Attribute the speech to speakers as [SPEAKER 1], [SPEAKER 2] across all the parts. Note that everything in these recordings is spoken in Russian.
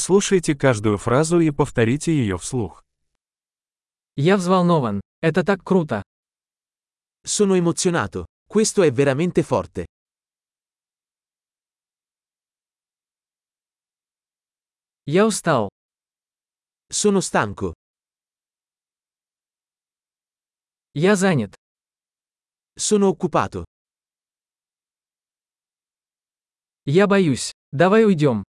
[SPEAKER 1] Прослушайте каждую фразу и повторите ее вслух.
[SPEAKER 2] Я взволнован. Это так круто.
[SPEAKER 3] Sono emozionato. Questo è veramente forte.
[SPEAKER 2] Я устал.
[SPEAKER 3] Sono stanco.
[SPEAKER 2] Я занят.
[SPEAKER 3] Sono occupato.
[SPEAKER 2] Я боюсь. Давай уйдем.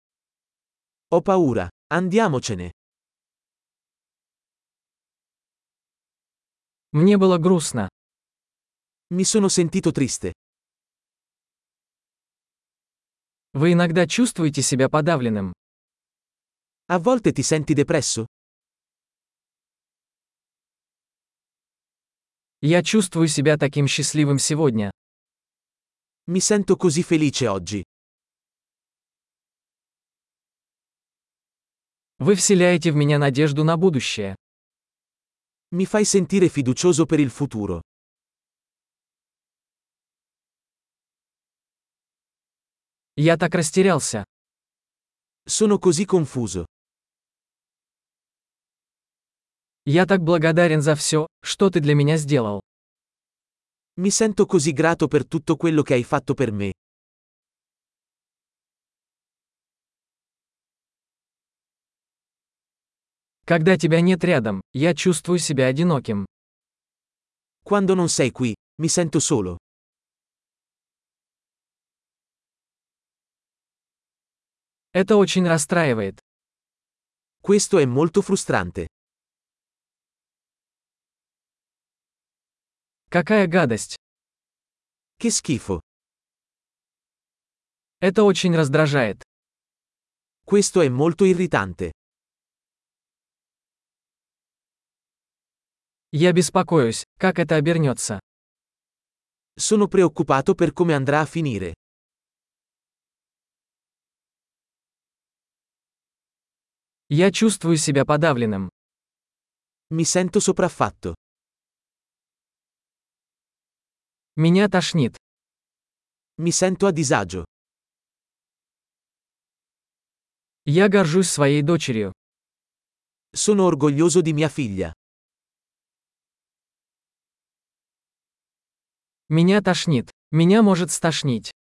[SPEAKER 3] Ho paura. Andiamocene.
[SPEAKER 2] Мне было грустно.
[SPEAKER 3] Mi sono sentito triste.
[SPEAKER 2] Вы иногда чувствуете себя подавленным.
[SPEAKER 3] A volte ti senti depresso?
[SPEAKER 2] Я чувствую себя таким счастливым сегодня.
[SPEAKER 3] Mi sento così felice oggi.
[SPEAKER 2] Вы вселяете в меня надежду на будущее.
[SPEAKER 3] Mi fai sentire fiducioso per il futuro.
[SPEAKER 2] Я так растерялся.
[SPEAKER 3] Sono così confuso.
[SPEAKER 2] Я так благодарен за все, что ты для меня сделал.
[SPEAKER 3] Mi sento così grato per tutto quello che hai fatto per me.
[SPEAKER 2] Когда тебя нет рядом, я чувствую себя одиноким.
[SPEAKER 3] Quando non sei qui, mi sento solo.
[SPEAKER 2] Это очень расстраивает.
[SPEAKER 3] Questo è molto frustrante.
[SPEAKER 2] Какая гадость.
[SPEAKER 3] Che schifo.
[SPEAKER 2] Это очень раздражает.
[SPEAKER 3] Questo è molto irritante.
[SPEAKER 2] Я беспокоюсь, как это обернется.
[SPEAKER 3] Sono preoccupato per come andrà a finire.
[SPEAKER 2] Я чувствую себя подавленным.
[SPEAKER 3] Mi sento sopraffatto.
[SPEAKER 2] Меня тошнит.
[SPEAKER 3] Mi sento a disagio.
[SPEAKER 2] Я горжусь своей дочерью.
[SPEAKER 3] Sono orgoglioso di mia figlia.
[SPEAKER 2] Меня тошнит. Меня может стошнить.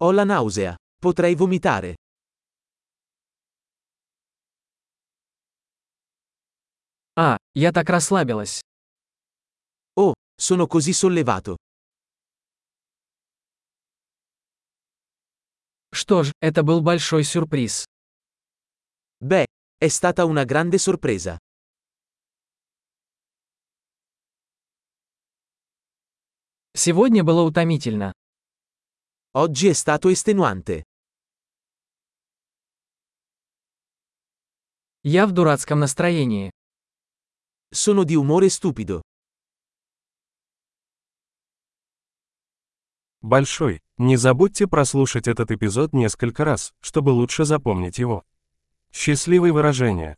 [SPEAKER 3] Ho la nausea. Potrei vomitare.
[SPEAKER 2] А, я так расслабилась.
[SPEAKER 3] Sono così sollevato.
[SPEAKER 2] Что ж, это был большой сюрприз.
[SPEAKER 3] Beh, è stata una grande sorpresa.
[SPEAKER 2] Сегодня было утомительно.
[SPEAKER 3] Oggi è stato estenuante.
[SPEAKER 2] Я в дурацком настроении.
[SPEAKER 3] Sono di umore stupido.
[SPEAKER 1] Большой. Не забудьте прослушать этот эпизод несколько раз, чтобы лучше запомнить его. Счастливые выражения.